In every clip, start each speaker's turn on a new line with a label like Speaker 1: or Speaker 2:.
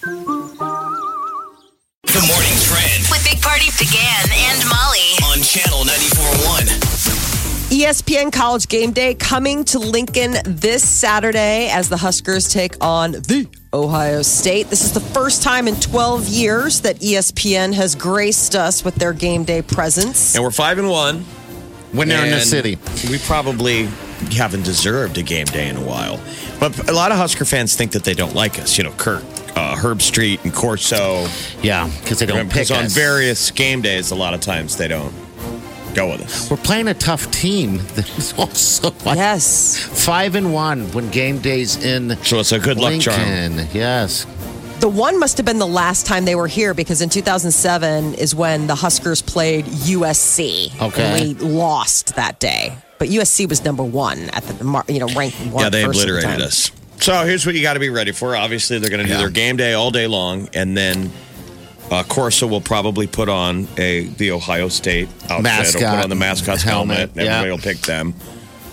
Speaker 1: The morning trend
Speaker 2: with Big Party began and Molly.
Speaker 1: on channel 94.1.
Speaker 3: E ESPN College Game Day coming to Lincoln this Saturday as the Huskers take on the Ohio State. This is the first time in 12 years that E ESPN has graced us with their game day presence.
Speaker 1: And we're five and one.
Speaker 4: when they're in the
Speaker 1: And
Speaker 4: city.
Speaker 1: We probably haven't deserved a game day in a while. But a lot of Husker fans think that they don't like us. You know, Kirk, uh, Herb Street, and Corso.
Speaker 4: Yeah, because they don't pick
Speaker 1: Because on
Speaker 4: us.
Speaker 1: various game days, a lot of times they don't go with us.
Speaker 4: We're playing a tough team. There's also like
Speaker 3: Yes.
Speaker 4: five and one when game day's in
Speaker 1: So it's a good luck charm.
Speaker 4: Lincoln. Yes,
Speaker 3: The one must have been the last time they were here because in 2007 is when the Huskers played USC.
Speaker 4: Okay.
Speaker 3: And we lost that day. But USC was number one at the, mar- you know, ranked one.
Speaker 1: Yeah, they
Speaker 3: first at the
Speaker 1: obliterated
Speaker 3: time.
Speaker 1: us. So here's what you got to be ready for. Obviously, they're going to do
Speaker 4: Yeah.
Speaker 1: their game day all day long, and then uh, Corso will probably put on a the Ohio State outfit. will put
Speaker 4: Mascot,
Speaker 1: on the mascot's helmet.
Speaker 4: helmet,
Speaker 1: and everybody
Speaker 4: yeah.
Speaker 1: will pick them,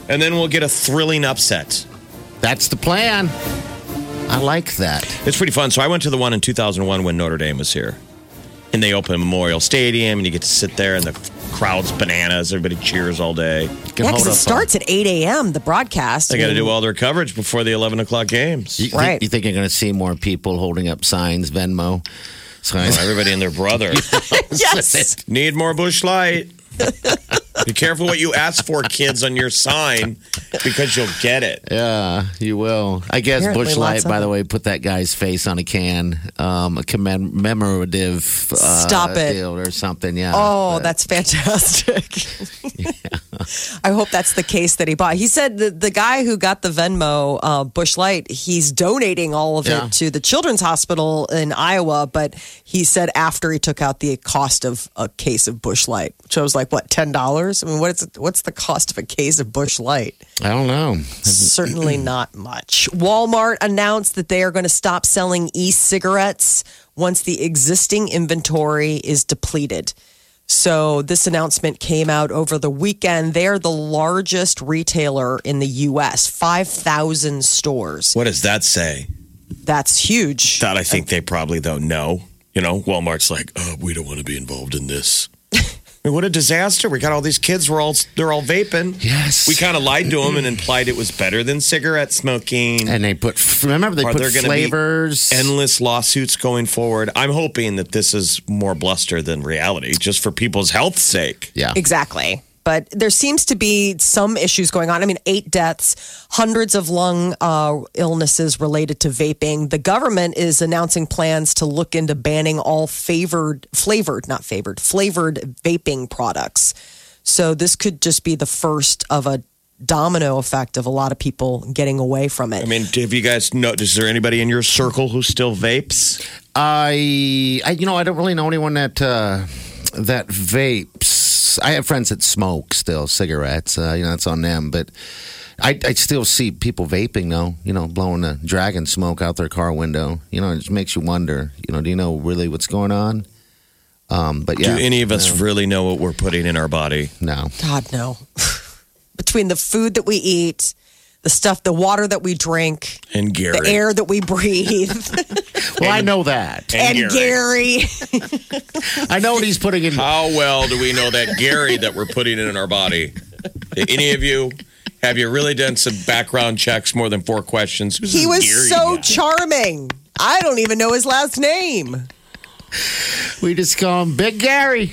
Speaker 1: and then we'll get a thrilling upset.
Speaker 4: that's the plan. I like that.
Speaker 1: It's pretty fun. So I went to the one in 2001 when Notre Dame was here, and they opened Memorial Stadium, and you get to sit there, and the crowd's bananas. Everybody cheers all day.
Speaker 4: Can
Speaker 3: Yeah, because
Speaker 4: hold
Speaker 3: it
Speaker 4: up
Speaker 3: starts
Speaker 4: on-
Speaker 3: at 8 a.m., the broadcast.
Speaker 1: They got to
Speaker 3: I mean,
Speaker 1: do all their coverage before the 11 o'clock games.
Speaker 4: You, think-
Speaker 3: Right.
Speaker 4: you think you're going to see more people holding up signs, Venmo? Signs.
Speaker 1: Everybody and their brother.
Speaker 3: Yes.
Speaker 1: Need more bush light. Be careful what you ask for, kids, on your sign because you'll get it.
Speaker 4: Yeah, you will. I guess
Speaker 3: Apparently
Speaker 4: Bush Light,
Speaker 3: lots of
Speaker 4: by the
Speaker 3: them.
Speaker 4: way, put that guy's face on a can, um, a commemorative uh,
Speaker 3: Stop it.
Speaker 4: deal or something. Yeah.
Speaker 3: Oh, that's fantastic. I hope that's the case that he bought. He said the, the guy who got the Venmo uh, Bush Light, he's donating all of
Speaker 4: Yeah.
Speaker 3: it to the Children's Hospital in Iowa, but he said after he took out the cost of a case of Bush Light, which I was like, what, $10? I mean, what is, what's the cost of a case of Bush Light?
Speaker 4: I don't know.
Speaker 3: Certainly not much. Walmart announced that they are going to stop selling e cigarettes once the existing inventory is depleted. So, this announcement came out over the weekend. They are the largest retailer in the U.S., 5,000 stores.
Speaker 1: What does that say?
Speaker 3: That's huge.
Speaker 1: That I think they probably, though, know. You know, Walmart's like, oh, we don't want to be involved in this. I mean, what a disaster. We got all these kids, we're all, they're all vaping.
Speaker 4: Yes.
Speaker 1: We kind of lied to them and implied it was better than cigarette smoking.
Speaker 4: And they put. Remember, they
Speaker 1: Are
Speaker 4: put
Speaker 1: there gonna be
Speaker 4: flavors.
Speaker 1: endless lawsuits going forward. I'm hoping that this is more bluster than reality, just for people's health's sake.
Speaker 4: yeah.
Speaker 3: Exactly. But there seems to be some issues going on. I mean, eight deaths, hundreds of lung uh, illnesses related to vaping. The government is announcing plans to look into banning all favored, flavored, not favored, flavored vaping products. So this could just be the first of a domino effect of a lot of people getting away from it.
Speaker 1: I mean, have you guys noticed? Is there anybody in your circle who still vapes?
Speaker 4: I, I, you know, I don't really know anyone that uh, that vapes. I have friends that smoke still cigarettes. Uh, you know, that's on them. But I, I still see people vaping though. You know, blowing the dragon smoke out their car window. You know, it just makes you wonder. You know, do you know really what's going on? Um, but yeah,
Speaker 1: Do any of us really know what we're putting in our body?
Speaker 4: no.
Speaker 3: God, no. Between the food that we eat, the stuff, the water that we drink,
Speaker 1: And Gary,
Speaker 3: the air that we breathe,
Speaker 4: Well, I know that.
Speaker 3: and, Gary.
Speaker 4: I know what he's putting in.
Speaker 1: How well do we know that Gary that we're putting in our body? Do any of you have you really done some background checks? More than four questions. Who's
Speaker 3: He
Speaker 1: this
Speaker 3: was
Speaker 1: Gary
Speaker 3: so
Speaker 1: guy?
Speaker 3: charming. I don't even know his last name.
Speaker 4: We just call him Big Gary.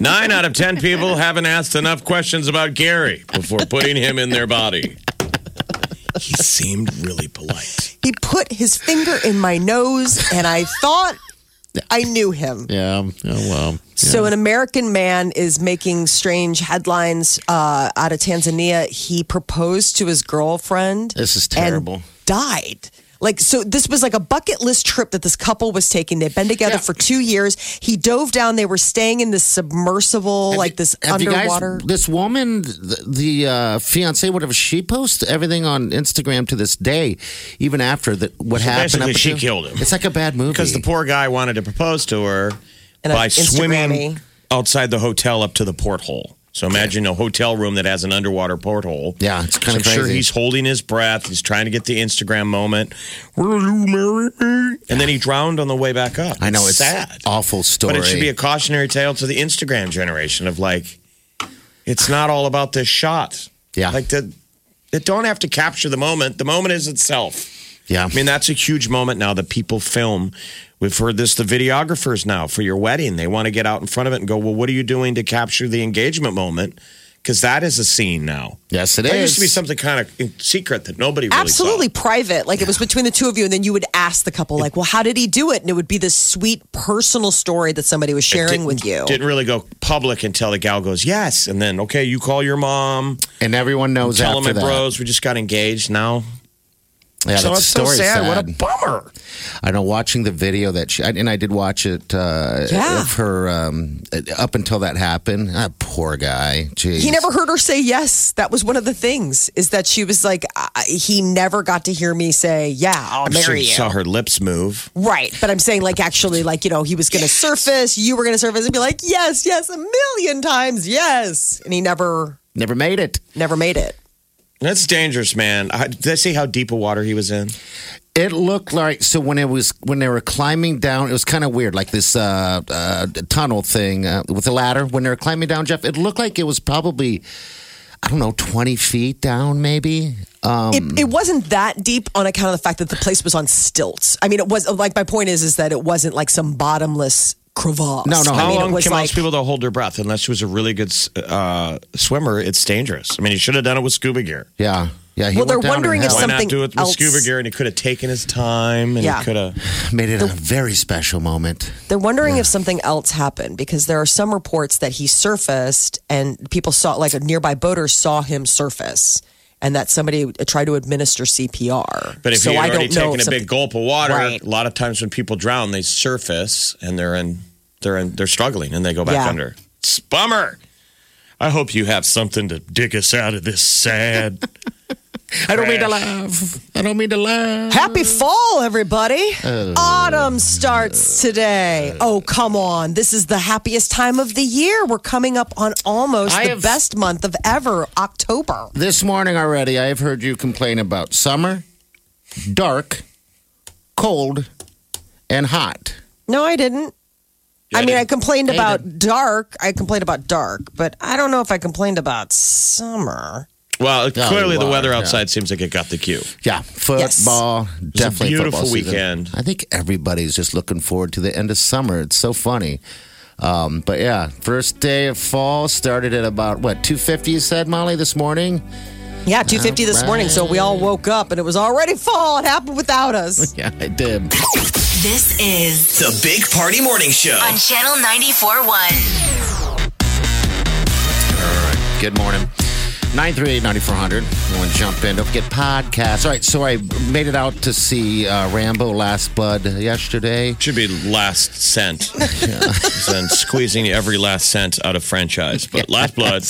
Speaker 1: Nine out of ten people haven't asked enough questions about Gary before putting him in their body. He seemed really polite.
Speaker 3: He put his finger in my nose, and I thought I knew him.
Speaker 4: Yeah. Oh well.
Speaker 3: So, an American man is making strange headlines uh, out of Tanzania. He proposed to his girlfriend.
Speaker 4: This is
Speaker 3: and
Speaker 4: terrible.
Speaker 3: died. Like, so this was like a bucket list trip that this couple was taking. They've been together
Speaker 4: Yeah.
Speaker 3: for two years. He dove down. They were staying in this submersible,
Speaker 4: Have
Speaker 3: like
Speaker 4: you-
Speaker 3: this
Speaker 4: have you guys-
Speaker 3: underwater.
Speaker 4: this woman, the, the uh, fiance, whatever, she posts everything on Instagram to this day, even after that what
Speaker 1: So
Speaker 4: happened. up
Speaker 1: basically she
Speaker 4: until-
Speaker 1: killed him.
Speaker 4: It's like a bad movie.
Speaker 1: Because the poor guy wanted to propose to her
Speaker 3: And
Speaker 1: by
Speaker 3: on
Speaker 1: swimming
Speaker 3: Instagram-y.
Speaker 1: outside the hotel up to the porthole. So imagine a hotel room that has an underwater porthole.
Speaker 4: Yeah, it's kinda
Speaker 1: So I'm sure
Speaker 4: crazy.
Speaker 1: he's holding his breath. He's trying to get the Instagram moment. Will you marry me? And then he drowned on the way back up.
Speaker 4: I know it's
Speaker 1: sad.
Speaker 4: awful story.
Speaker 1: But it should be a cautionary tale to the Instagram generation of like, it's not all about this shot.
Speaker 4: Yeah.
Speaker 1: Like the, they don't have to capture the moment. The moment is itself.
Speaker 4: yeah.
Speaker 1: I mean, that's a huge moment now that people film. We've heard this, the videographers now for your wedding. They want to get out in front of it and go, well, what are you doing to capture the engagement moment? Because that is a scene now.
Speaker 4: yes, it is.
Speaker 1: There used to be something kind of secret that nobody really
Speaker 3: Absolutely
Speaker 1: saw.
Speaker 3: private. Like it was between the two of you. And then you would ask the couple, like, well, how did he do it? And it would be this sweet personal story that somebody was sharing with you.
Speaker 1: Didn't really go public until the gal goes, yes. And then, okay, you call your mom,
Speaker 4: and everyone knows
Speaker 1: tell
Speaker 4: after
Speaker 1: them my
Speaker 4: that.
Speaker 1: bros, we just got engaged now.
Speaker 4: Yeah,
Speaker 1: so
Speaker 4: that
Speaker 1: it's so
Speaker 4: story's
Speaker 1: sad. What a
Speaker 4: sad.
Speaker 1: bummer.
Speaker 4: I know watching the video that she and I did watch it uh,
Speaker 3: Yeah.
Speaker 4: of her um, up until that happened. Ah, poor guy. Jeez.
Speaker 3: He never heard her say yes. That was one of the things is that she was like, I, he never got to hear me say, yeah, I'll
Speaker 1: I'm sure
Speaker 3: marry
Speaker 1: you
Speaker 3: you.
Speaker 1: saw her lips move.
Speaker 3: Right. But I'm saying, like, actually, like, you know, he was going to surface, you were going to surface and be like, yes, yes, a million times, yes. And he never,
Speaker 4: never made it.
Speaker 3: never made it.
Speaker 1: That's dangerous, man. I, did I see how deep of water he was in?
Speaker 4: It looked like so when it was when they were climbing down. It was kind of weird, like this uh, uh, tunnel thing uh, with a ladder. When they were climbing down, Jeff, it looked like it was probably I don't know twenty feet down, maybe. Um,
Speaker 1: Mm.
Speaker 3: it, it wasn't that deep on account of the fact that the place was on stilts. I mean, it was like, my point is, is that it wasn't like some bottomless crevasse.
Speaker 4: No, no.
Speaker 3: I
Speaker 1: How
Speaker 3: mean,
Speaker 1: long
Speaker 3: it was
Speaker 1: can
Speaker 3: like,
Speaker 1: most people to hold their breath? Unless she was a really good uh, swimmer, it's dangerous. I mean, he should have done it with scuba gear.
Speaker 4: yeah, yeah. He
Speaker 3: Well, they're
Speaker 4: went down and
Speaker 3: wondering if
Speaker 4: held-
Speaker 1: Why not
Speaker 3: Something
Speaker 1: do it with
Speaker 3: else.
Speaker 1: scuba gear? And he could have taken his time, and
Speaker 3: Yeah.
Speaker 1: he could have.
Speaker 4: made it a very special moment.
Speaker 3: They're wondering if something else happened because there are some reports that he surfaced and people saw, like a nearby boater saw him surface and that somebody tried to administer CPR.
Speaker 1: But if
Speaker 3: so
Speaker 1: he
Speaker 3: I
Speaker 1: had already
Speaker 3: don't know
Speaker 1: taken
Speaker 3: if
Speaker 1: a
Speaker 3: something-
Speaker 1: big gulp of water,
Speaker 3: Right.
Speaker 1: a lot of times when people drown, they surface and they're in, they're in, they're struggling and they go back
Speaker 3: Yeah.
Speaker 1: under. It's a bummer. I hope you have something to dig us out of this sad.
Speaker 4: I don't mean to
Speaker 1: Trash.
Speaker 4: laugh. I don't mean to laugh.
Speaker 3: Happy fall, everybody. Autumn starts today. Oh, come on. This is the happiest time of the year. We're coming up on almost
Speaker 4: I
Speaker 3: the
Speaker 4: have-
Speaker 3: best month of ever, October.
Speaker 4: This morning already, I have heard you complain about summer, dark, cold, and hot.
Speaker 3: No, I didn't. I mean, I complained about dark. I complained about dark, but I don't know if I complained about summer.
Speaker 1: well,
Speaker 4: you
Speaker 1: clearly the
Speaker 4: are,
Speaker 1: weather
Speaker 4: yeah.
Speaker 1: outside seems like it got the cue.
Speaker 4: Yeah, football. Definitely
Speaker 1: beautiful
Speaker 4: football season.
Speaker 1: weekend.
Speaker 4: I think everybody's just looking forward to the end of summer. It's so funny. Um, but yeah, first day of fall started at about what two fifty. You said Molly this morning.
Speaker 3: Yeah, 250 this morning. So we all woke up and it was already fall. It happened without us.
Speaker 4: Yeah, I did.
Speaker 2: This is
Speaker 5: The Big Party Morning Show.
Speaker 2: on Channel 94.1.
Speaker 4: Good morning. 938-9400. You want to jump in? Don't forget podcasts. All right, so I made it out to see uh, Rambo Last Blood yesterday.
Speaker 1: Should be last cent. Then squeezing every last cent out of franchise. But last blood,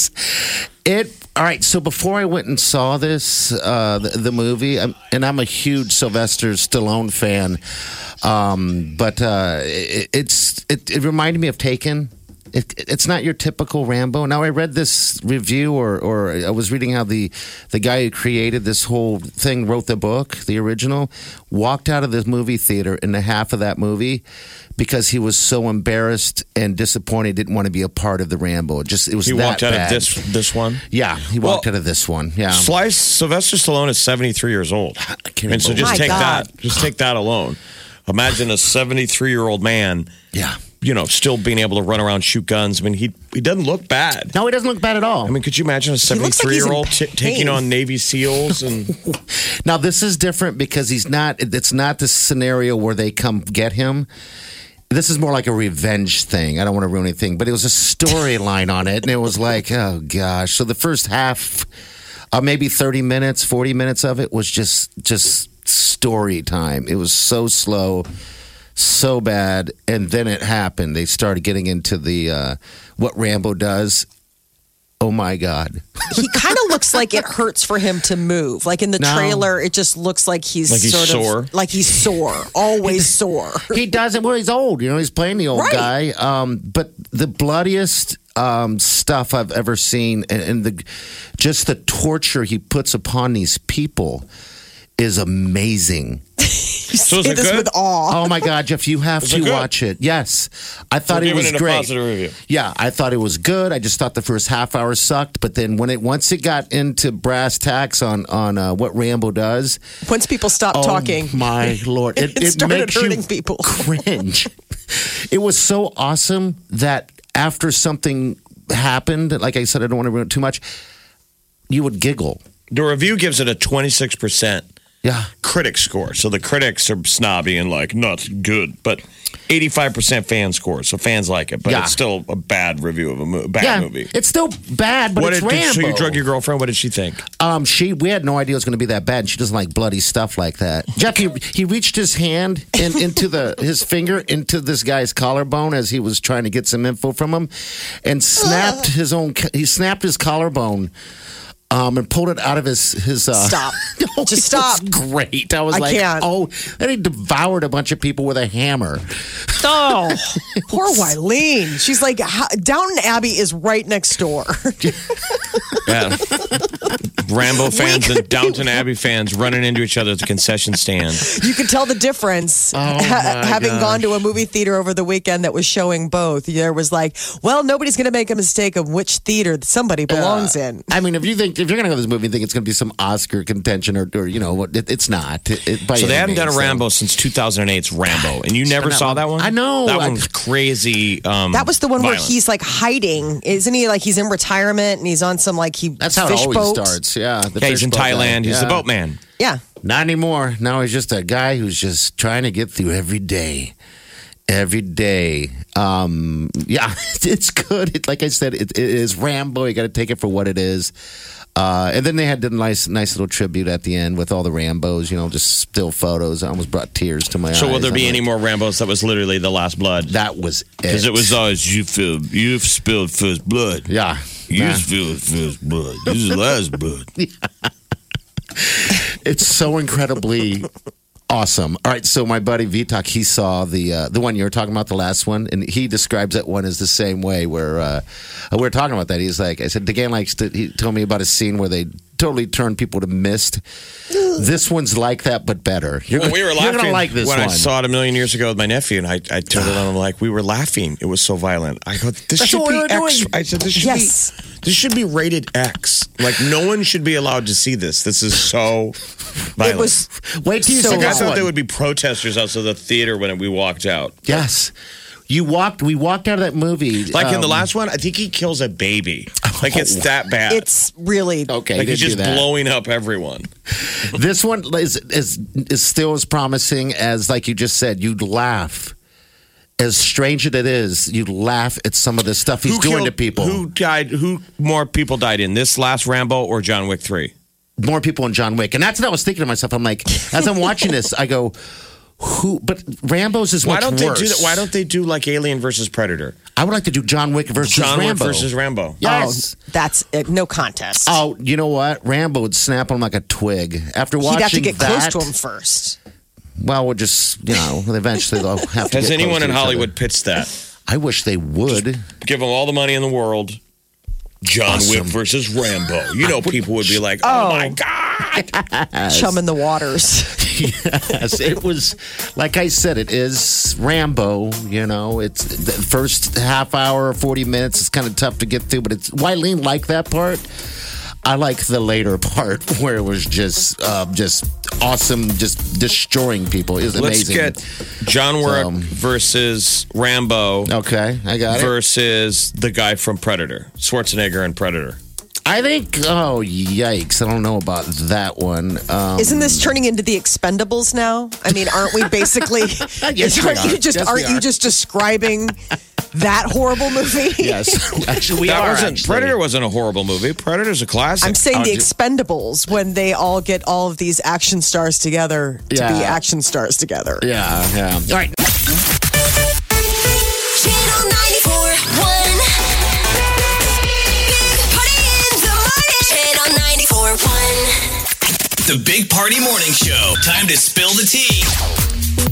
Speaker 4: It all right. So before I went and saw this, uh, the, the movie, um and I'm a huge Sylvester Stallone fan, um, but uh, it, it's it, it reminded me of Taken. It, it's not your typical Rambo. Now I read this review, or or I was reading how the the guy who created this whole thing wrote the book, the original, walked out of the movie theater in the half of that movie because he was so embarrassed and disappointed, didn't want to be a part of the Rambo. Just it was
Speaker 1: he
Speaker 4: that
Speaker 1: walked out
Speaker 4: bad.
Speaker 1: of this this one.
Speaker 4: Yeah, he walked
Speaker 1: Well-
Speaker 4: out of this one. Yeah.
Speaker 3: Um,
Speaker 1: Slice Sylvester Stallone is seventy three years old.
Speaker 4: can't
Speaker 1: and so
Speaker 4: believe
Speaker 1: just
Speaker 3: it.
Speaker 1: take
Speaker 3: My God.
Speaker 1: that. Just take that alone. Imagine a seventy three year old man,
Speaker 4: yeah.
Speaker 1: you know, still being able to run around shoot guns. I mean, he he doesn't look bad.
Speaker 4: No, he doesn't look bad at all.
Speaker 1: I mean, could you imagine a seventy
Speaker 3: looks like
Speaker 1: three
Speaker 3: he's in
Speaker 1: year old t-
Speaker 3: pain.
Speaker 1: taking on Navy SEALs and
Speaker 4: now this is different because he's not. It's not the scenario where they come get him. This is more like a revenge thing. I don't want to ruin anything, but it was a storyline on it, and it was like, oh gosh. So the first half, uh, maybe thirty minutes, forty minutes of it was just just story time. It was so slow, so bad, and then it happened. They started getting into the uh, what Rambo does. Oh my God!
Speaker 3: He kind of looks like it hurts for him to move. Like in the
Speaker 4: No.
Speaker 3: trailer, it just looks like he's
Speaker 1: Like he's
Speaker 3: sort
Speaker 1: sore.
Speaker 3: of like he's sore, always sore.
Speaker 4: he doesn't. Well, he's old. You know, he's playing the old
Speaker 3: Right.
Speaker 4: guy. Um, but the bloodiest um, stuff I've ever seen, and, and the just the torture he puts upon these people is amazing.
Speaker 1: So is
Speaker 3: Say
Speaker 1: it
Speaker 3: this
Speaker 1: good?
Speaker 3: with awe.
Speaker 4: Oh my God, Jeff, you have
Speaker 1: it
Speaker 4: to
Speaker 1: good?
Speaker 4: watch it. Yes, I thought
Speaker 1: We're
Speaker 4: it was
Speaker 1: giving it a
Speaker 4: great.
Speaker 1: positive review.
Speaker 4: Yeah, I thought it was good. I just thought the first half hour sucked, but then when it once it got into brass tacks on on uh, what Rambo does,
Speaker 3: Once people stop
Speaker 4: Oh,
Speaker 3: talking,
Speaker 4: My lord, it,
Speaker 3: It
Speaker 4: it
Speaker 3: started
Speaker 4: makes you
Speaker 3: hurting people.
Speaker 4: cringe. it was so awesome that after something happened, like I said, I don't want to ruin it too much. You would giggle.
Speaker 1: The review gives it a 26%
Speaker 4: Yeah,
Speaker 1: critic score. So the critics are snobby and like, not good, but 85% fan score. So fans like it, but
Speaker 4: Yeah.
Speaker 1: it's still a bad review of a mo- bad
Speaker 4: yeah.
Speaker 1: movie.
Speaker 4: It's still bad, but
Speaker 1: what
Speaker 4: it's
Speaker 1: did,
Speaker 4: Rambo.
Speaker 1: did- so you drug your girlfriend? What did she think?
Speaker 4: Um, she we had no idea it was going to be that bad. She doesn't like bloody stuff like that. Jeff, he, he reached his hand in, into the his finger into this guy's collarbone as he was trying to get some info from him, and snapped his own. He snapped his collarbone, um, and pulled it out of his his. Uh,
Speaker 3: Stop.
Speaker 4: No,
Speaker 3: Just
Speaker 4: it was
Speaker 3: stop.
Speaker 4: great. I was
Speaker 3: I
Speaker 4: like,
Speaker 3: can't.
Speaker 4: oh, and he devoured a bunch of people with a hammer.
Speaker 3: oh, poor Wileen. She's like "How- Downton Abbey is right next door.
Speaker 1: Yeah. Rambo fans and Downton Abbey fans running into each other at the concession stand.
Speaker 3: you can tell the difference
Speaker 4: Oh,
Speaker 3: ha-
Speaker 4: my
Speaker 3: having
Speaker 4: gosh.
Speaker 3: gone to a movie theater over the weekend that was showing both. There was like, well, nobody's going to make a mistake of which theater somebody belongs in.
Speaker 4: Uh, I mean, if you think if you're gonna go to this movie and think it's gonna be some Oscar contention or, or you know, what- it, it's not. It, it, by
Speaker 1: So they
Speaker 4: any
Speaker 1: haven't done a
Speaker 4: means, so.
Speaker 1: Rambo since 2008's Rambo, and you never saw that one.
Speaker 4: I know.
Speaker 1: that
Speaker 4: I-
Speaker 1: one's crazy. Um,
Speaker 3: That was the one where
Speaker 1: violent.
Speaker 3: he's like hiding, isn't he? Like he's in retirement and he's on some like he
Speaker 4: That's how
Speaker 3: fish
Speaker 4: it always
Speaker 3: boat.
Speaker 4: starts. Yeah, the
Speaker 1: Yeah, he's
Speaker 4: fish
Speaker 1: in
Speaker 4: boat guy.
Speaker 1: Thailand. He's the
Speaker 4: Yeah.
Speaker 1: boatman.
Speaker 3: Yeah,
Speaker 4: Not anymore. Now he's just a guy who's just trying to get through every day. Every day. Um, yeah, it's good. It, like I said, it, it is Rambo. You got to take it for what it is. Uh, and then they had a nice, nice little tribute at the end with all the Rambos. You know, just still photos. I almost brought tears to my eyes.
Speaker 1: So will there
Speaker 4: I'm
Speaker 1: be
Speaker 4: like,
Speaker 1: any more Rambo's? That was literally the last blood.
Speaker 4: That was it.
Speaker 1: Because it was uh, always you feel you've spilled first blood.
Speaker 4: Yeah.
Speaker 1: You
Speaker 4: Nah.
Speaker 1: spilled first blood. This is the last blood.
Speaker 4: It's so incredibly awesome. All right, so my buddy Vitak, he saw the uh, the one you were talking about, the last one, and he describes that one as the same way. Where uh, we were talking about that, he's like, I said, Degan likes to. He told me about a scene where they totally turn people to mist. this one's like that, but better. You're,
Speaker 1: Well, we were
Speaker 4: you're
Speaker 1: laughing
Speaker 4: gonna like this
Speaker 1: when I
Speaker 4: one.
Speaker 1: saw it a million years ago with my nephew, and I, I turned it on. I'm like, we were laughing. It was so violent. I go, this
Speaker 4: That's
Speaker 1: should
Speaker 4: what
Speaker 1: be
Speaker 4: we were
Speaker 1: X.
Speaker 4: doing.
Speaker 1: I said, this should
Speaker 3: Yes.
Speaker 1: be this should be rated X. Like no one should be allowed to see this. This is so violent.
Speaker 3: it was.
Speaker 4: Wait till you
Speaker 3: So
Speaker 4: see
Speaker 1: Like, I
Speaker 4: this
Speaker 1: thought
Speaker 4: one.
Speaker 1: there would be protesters outside the theater when we walked out.
Speaker 4: yes. You walked. We walked out of that movie.
Speaker 1: Like in the
Speaker 4: um,
Speaker 1: last one, I think he kills a baby. Like it's that bad.
Speaker 3: It's really
Speaker 4: Okay,
Speaker 1: like
Speaker 4: you
Speaker 1: he's
Speaker 4: did
Speaker 1: just
Speaker 4: do that.
Speaker 1: blowing up everyone.
Speaker 4: This one is, is is still as promising as, like you just said, you'd laugh. As strange as it is, you'd laugh at some of the stuff he's doing to
Speaker 1: killed-
Speaker 4: people.
Speaker 1: Who died? Who more people died in this last Rambo or John Wick three?
Speaker 4: More people in John Wick, and that's what I was thinking to myself. I'm like, as I'm watching this, I go, "Who?" But Rambo's is
Speaker 1: Why
Speaker 4: much
Speaker 1: don't
Speaker 4: worse.
Speaker 1: they do that? Why don't they do like Alien versus Predator?
Speaker 4: I would like to do John Wick versus
Speaker 1: John
Speaker 4: Rambo.
Speaker 1: Wick versus Rambo.
Speaker 4: yes.
Speaker 3: Oh, that's it. no contest.
Speaker 4: Oh, you know what? Rambo would snap on him like a twig. After watching
Speaker 3: He'd have to get close
Speaker 4: that,
Speaker 3: to him first.
Speaker 4: Well, we'll just you know, eventually they'll have to.
Speaker 1: Has
Speaker 4: get
Speaker 1: anyone
Speaker 4: close
Speaker 1: in
Speaker 4: to each
Speaker 1: Hollywood
Speaker 4: other.
Speaker 1: pitched that?
Speaker 4: I wish they would.
Speaker 1: Give them all the money in the world. John Wick versus Rambo. You know, people would be like, "Oh, my god!"
Speaker 3: Chum in the waters.
Speaker 4: yes, it was like I said, it is Rambo. You know, it's the first half hour, forty minutes. It's kind of tough to get through, but it's Wileen liked that part. I like the later part where it was just, uh, just awesome, just destroying people. It was
Speaker 1: Let's
Speaker 4: amazing.
Speaker 1: get John Wick
Speaker 4: So-
Speaker 1: versus Rambo
Speaker 4: okay, I got it.
Speaker 1: versus the guy from Predator, Schwarzenegger and Predator.
Speaker 4: I think. Oh yikes! I don't know about that one. Um,
Speaker 3: Isn't this turning into the Expendables now? I mean, aren't we basically?
Speaker 4: Yes, we
Speaker 3: aren't
Speaker 4: are.
Speaker 3: you just
Speaker 4: Yes, we
Speaker 3: aren't you
Speaker 4: are.
Speaker 3: just describing that horrible movie.
Speaker 4: Yes, actually, we
Speaker 1: that
Speaker 4: are.
Speaker 1: wasn't
Speaker 4: actually.
Speaker 1: Predator wasn't a horrible movie. Predator's a classic. Uh,
Speaker 3: I'm saying the
Speaker 1: I'll ju-
Speaker 3: Expendables when they all get all of these action stars together to be
Speaker 4: Yeah.
Speaker 3: action stars together.
Speaker 4: Yeah, yeah.
Speaker 3: All right,
Speaker 2: Channel 94.1. Big Party in the morning. Channel 94.1.
Speaker 5: The Big Party Morning Show. Time to spill the tea.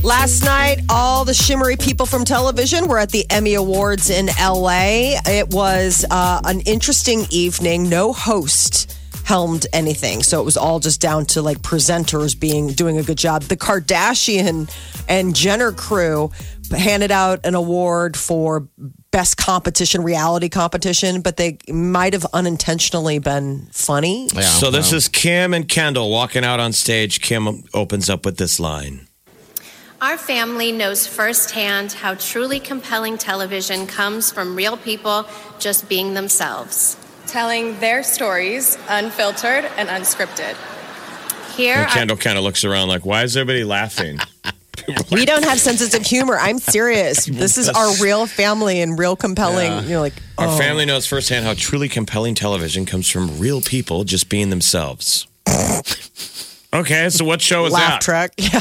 Speaker 3: Last night, all the shimmery people from television were at the Emmy Awards in LA. It was uh, an interesting evening. No host helmed anything. So it was all just down to like presenters being doing a good job. The Kardashian and Jenner crew handed out an award for best competition, reality competition, but they might have unintentionally been funny.
Speaker 4: Yeah,
Speaker 1: So this
Speaker 4: well.
Speaker 1: is Kim and Kendall walking out on stage. Kim opens up with this line.
Speaker 6: Our family knows firsthand how truly compelling television comes from real people just being themselves.
Speaker 7: telling their stories unfiltered and unscripted.
Speaker 6: Here
Speaker 1: And
Speaker 6: are
Speaker 1: Kendall kind of looks around like, why is everybody laughing?
Speaker 3: We don't have senses of humor. I'm serious. This is our real family and real compelling. You know, like
Speaker 1: Our
Speaker 3: oh.
Speaker 1: family knows firsthand how truly compelling television comes from real people just being themselves. okay, so what show is that?
Speaker 3: laugh track. Yeah.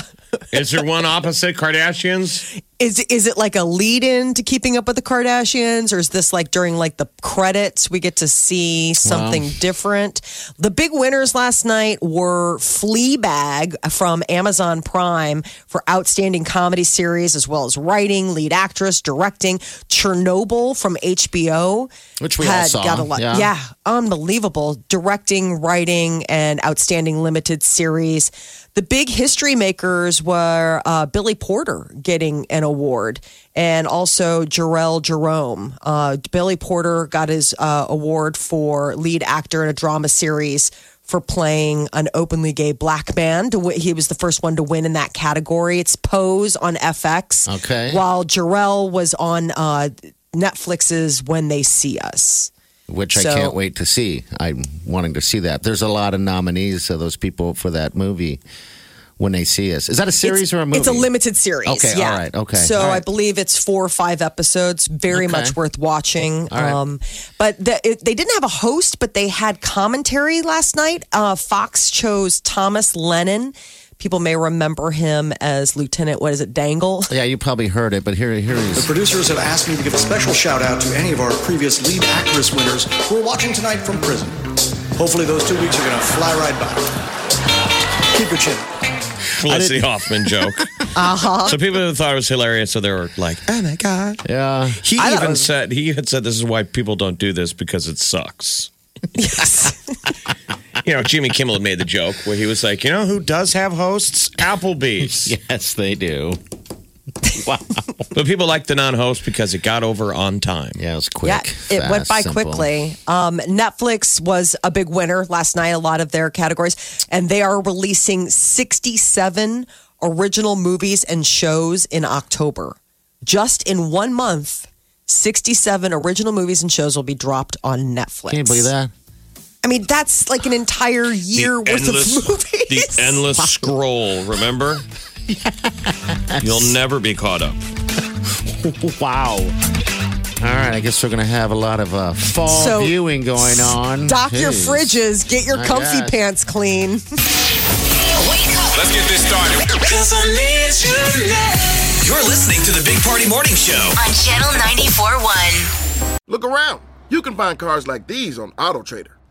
Speaker 1: Is there one opposite Kardashians?
Speaker 3: Is is it like a lead in to Keeping Up with the Kardashians, or is this like during like the credits we get to see something different? The big winners last night were Fleabag from Amazon Prime for outstanding comedy series, as well as writing, lead actress, directing. Chernobyl from HBO,
Speaker 4: Which we all
Speaker 3: had
Speaker 4: saw,
Speaker 3: got a lot.
Speaker 4: yeah.
Speaker 3: yeah, unbelievable directing, writing, and outstanding limited series. The big history makers were uh, Billy Porter getting an award, and also Jarrell Jerome. Uh, Billy Porter got his uh, award for lead actor in a drama series for playing an openly gay black man. To wi- He was the first one to win in that category. It's Pose on FX.
Speaker 4: Okay.
Speaker 3: While Jarrell was on uh, Netflix's When They See Us.
Speaker 4: which
Speaker 3: So-
Speaker 4: I can't wait to see. I'm wanting to see that. There's a lot of nominees of those people for that movie when they see us. Is that a series
Speaker 3: it's,
Speaker 4: or a movie?
Speaker 3: It's a limited series.
Speaker 4: Okay,
Speaker 3: yeah.
Speaker 4: all right, okay,
Speaker 3: So
Speaker 4: all
Speaker 3: I
Speaker 4: right.
Speaker 3: believe it's four or five episodes. Very
Speaker 4: Okay.
Speaker 3: much worth watching. um,
Speaker 4: All right.
Speaker 3: but the, it, they didn't have a host, but they had commentary last night. Uh, Fox chose Thomas Lennon. People may remember him as Lieutenant. What is it, Dangle?
Speaker 4: Yeah, you probably heard it, but here, here he
Speaker 8: The
Speaker 4: is.
Speaker 8: producers have asked me to give a special shout out to any of our previous lead actress winners who are watching tonight from prison. Hopefully, those two weeks are going to fly right by. Keep your chin. up.
Speaker 1: Felicity Hoffman joke. uh-huh. So people thought it was hilarious, so they were like, oh my God.
Speaker 4: Yeah,
Speaker 1: He
Speaker 3: I thought
Speaker 1: even
Speaker 3: it was-
Speaker 1: said he even said this is why people don't do this because it sucks.
Speaker 3: Yes.
Speaker 1: You know, Jimmy Kimmel had made the joke where he was like, you know, who does have hosts? Applebee's.
Speaker 4: yes, they do.
Speaker 1: But people like the non-host because it got over on time.
Speaker 4: Yeah, it was quick.
Speaker 3: Yeah, it went
Speaker 4: fast,
Speaker 3: by
Speaker 4: simple.
Speaker 3: quickly. Um, Netflix was a big winner last night, a lot of their categories, and they are releasing 67 original movies and shows in October. Just in one month, 67 original movies and shows will be dropped on Netflix.
Speaker 4: Can you believe that?
Speaker 3: I mean, that's like an entire year worth of movies.
Speaker 1: The endless scroll, remember? You'll never be caught up.
Speaker 4: Wow. All right, I guess we're going to have a lot of uh, fall
Speaker 3: So,
Speaker 4: viewing going on.
Speaker 3: Dock your
Speaker 4: Jeez.
Speaker 3: fridges, get your
Speaker 4: I
Speaker 3: comfy
Speaker 4: guess.
Speaker 3: pants clean.
Speaker 2: Wake up.
Speaker 5: Let's get this started. Cause I need you now. You're listening to the Big Party Morning Show.
Speaker 2: On Channel 94.1.
Speaker 9: Look around. You can find cars like these on AutoTrader,